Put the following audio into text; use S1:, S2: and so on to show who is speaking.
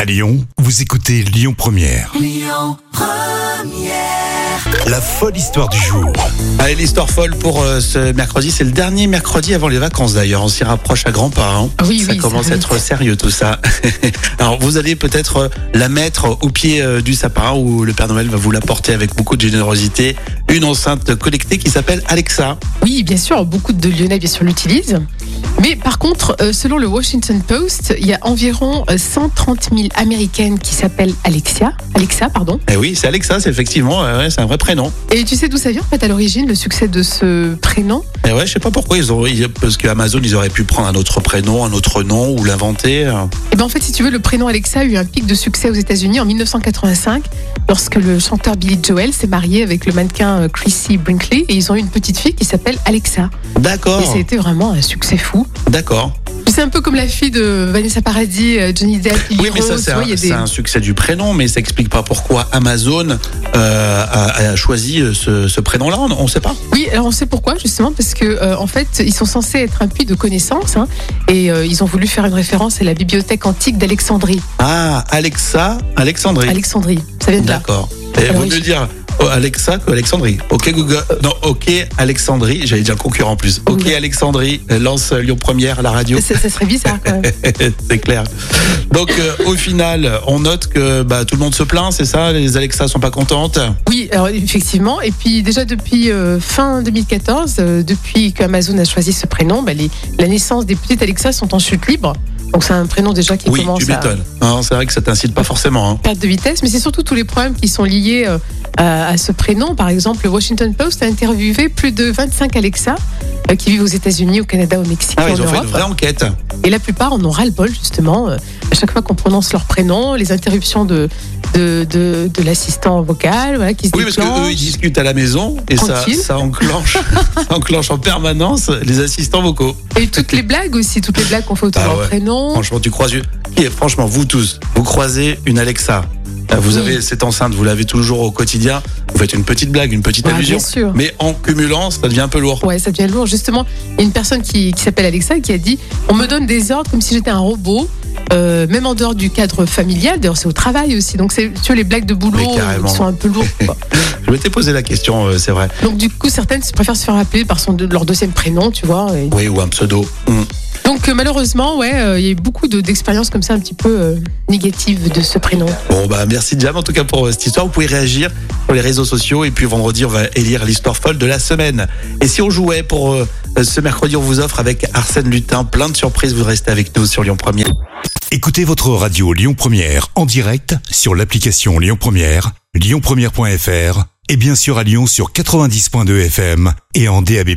S1: À Lyon, vous écoutez Lyon Première. La folle histoire du jour.
S2: Allez, l'histoire folle pour euh, ce mercredi. C'est le dernier mercredi avant les vacances d'ailleurs. On s'y rapproche à grands pas. hein.
S3: Oui,
S2: ça
S3: oui,
S2: commence
S3: ça
S2: à
S3: va
S2: être sérieux tout ça. Alors, vous allez peut-être euh, la mettre au pied euh, du sapin où le Père Noël va vous la porter avec beaucoup de générosité. Une enceinte collectée qui s'appelle Alexa.
S3: Oui, bien sûr, beaucoup de Lyonnais bien sûr l'utilisent. Mais par contre, euh, selon le Washington Post, il y a environ euh, 130 000 Américaines qui s'appellent Alexia, Alexa, pardon.
S2: Eh oui, c'est Alexa, c'est effectivement, euh, ouais, c'est un vrai prénom.
S3: Et tu sais d'où ça vient en fait à l'origine le succès de ce prénom
S2: Et Eh ouais, je sais pas pourquoi ils ont, ils- parce qu'Amazon, ils auraient pu prendre un autre prénom, un autre nom ou l'inventer. euh.
S3: Eh bien en fait, si tu veux, le prénom Alexa a eu un pic de succès aux États-Unis en 1985, lorsque le chanteur Billy Joel s'est marié avec le mannequin euh, Chrissy Brinkley et ils ont eu une petite fille qui s'appelle Alexa. Et ça
S2: D'accord,
S3: a été vraiment un succès fou.
S2: d'accord.
S3: C'est un peu comme la fille de Vanessa Paradis, euh, Johnny Depp, Lily
S2: Oui, mais ça,
S3: Rose,
S2: c'est
S3: tu vois,
S2: un,
S3: il y a
S2: c'est
S3: des-
S2: un succès du prénom, mais ça explique pas pourquoi Amazon euh, a, a choisi euh, ce, ce prénom-là. On ne sait pas.
S3: Oui, alors on sait pourquoi justement parce que euh, en fait ils sont censés être un puits de connaissances hein, et euh, ils ont voulu faire une référence à la bibliothèque antique d'Alexandrie.
S2: Ah, Alexa, Alexandrie.
S3: Alexandrie, ça vient de là.
S2: D'accord. Et
S3: Alors,
S2: vaut mieux
S3: oui.
S2: dire oh, Alexa qu'Alexandrie. Ok Google. euh, Non, ok Alexandrie. J'allais dire concurrent en plus. Ok
S3: Oui.
S2: Alexandrie euh, lance Lyon Première à la radio.
S3: Ça, ça serait bizarre quand même.
S2: c'est clair. Donc euh, au final, on note que bah, tout le monde se plaint, c'est ça Les Alexa sont pas contentes.
S3: Oui, alors effectivement. Et puis déjà depuis euh, fin 2014, euh, depuis qu'Amazon a choisi ce prénom, bah, les, la naissance des petites Alexa sont en chute libre. Donc c'est un prénom déjà qui
S2: oui,
S3: commence
S2: tu
S3: à
S2: m'étonnes. Non, C'est vrai que ça t'incite pas forcément. hein.
S3: perte de vitesse, mais c'est surtout tous les problèmes qui sont liés euh, à, à ce prénom. Par exemple, le Washington Post a interviewé plus de 25 Alexa euh, qui vivent aux États-Unis, au Canada, au Mexique
S2: Ah,
S3: et en
S2: ils ont fait
S3: Europe.
S2: une vraie enquête.
S3: Et la plupart en ont ras-le-bol, justement. euh, à chaque fois qu'on prononce leur prénom, les interruptions de, de, de, de l'assistant vocal voilà, qui se
S2: Oui, parce
S3: déclenche.
S2: qu'eux, ils discutent à la maison et ça,
S3: Tranquille.
S2: ça, enclenche, ça enclenche en permanence les assistants vocaux.
S3: Et toutes les blagues aussi, toutes les blagues qu'on fait autour
S2: Ah
S3: de leur
S2: ouais.
S3: prénom.
S2: Franchement, tu croises. une- Et franchement, vous tous, vous croisez une Alexa. Euh, Vous
S3: Oui.
S2: avez cette enceinte, vous l'avez toujours au quotidien. Vous faites une petite blague, une petite
S3: Ouais,
S2: allusion.
S3: Ah, Bah, bien sûr.
S2: Mais en cumulant, ça devient un peu lourd.
S3: Ouais, ça devient lourd. Justement, il y a une personne qui, qui s'appelle Alexa qui a dit On me donne des ordres comme si j'étais un robot, euh, même en dehors du cadre familial. D'ailleurs, c'est au travail aussi. Donc, c'est tu vois, les blagues de boulot
S2: Mais carrément.
S3: qui sont un peu lourdes. quoi.
S2: Je m'étais posé la question, euh, c'est vrai.
S3: Donc, du coup, certaines se préfèrent se faire appeler par son, leur deuxième prénom, tu vois. et-
S2: Oui, ou un pseudo. Hmm.
S3: Donc, euh, malheureusement, ouais, euh, il y a eu beaucoup de- d'expériences comme ça, un petit peu euh, négatives de ce prénom.
S2: Bon, bah, merci Jam en tout cas pour euh, cette histoire. Vous pouvez réagir sur les réseaux sociaux et puis vendredi, on va élire l'histoire folle de la semaine. Et si on jouait pour euh, ce mercredi, on vous offre avec Arsène Lutin plein de surprises. Vous restez avec nous sur Lyon Première.
S1: Écoutez votre radio Lyon Première en direct sur l'application Lyon Première, lyonpremière.fr et bien sûr à Lyon sur 90.2 FM et en DAB+.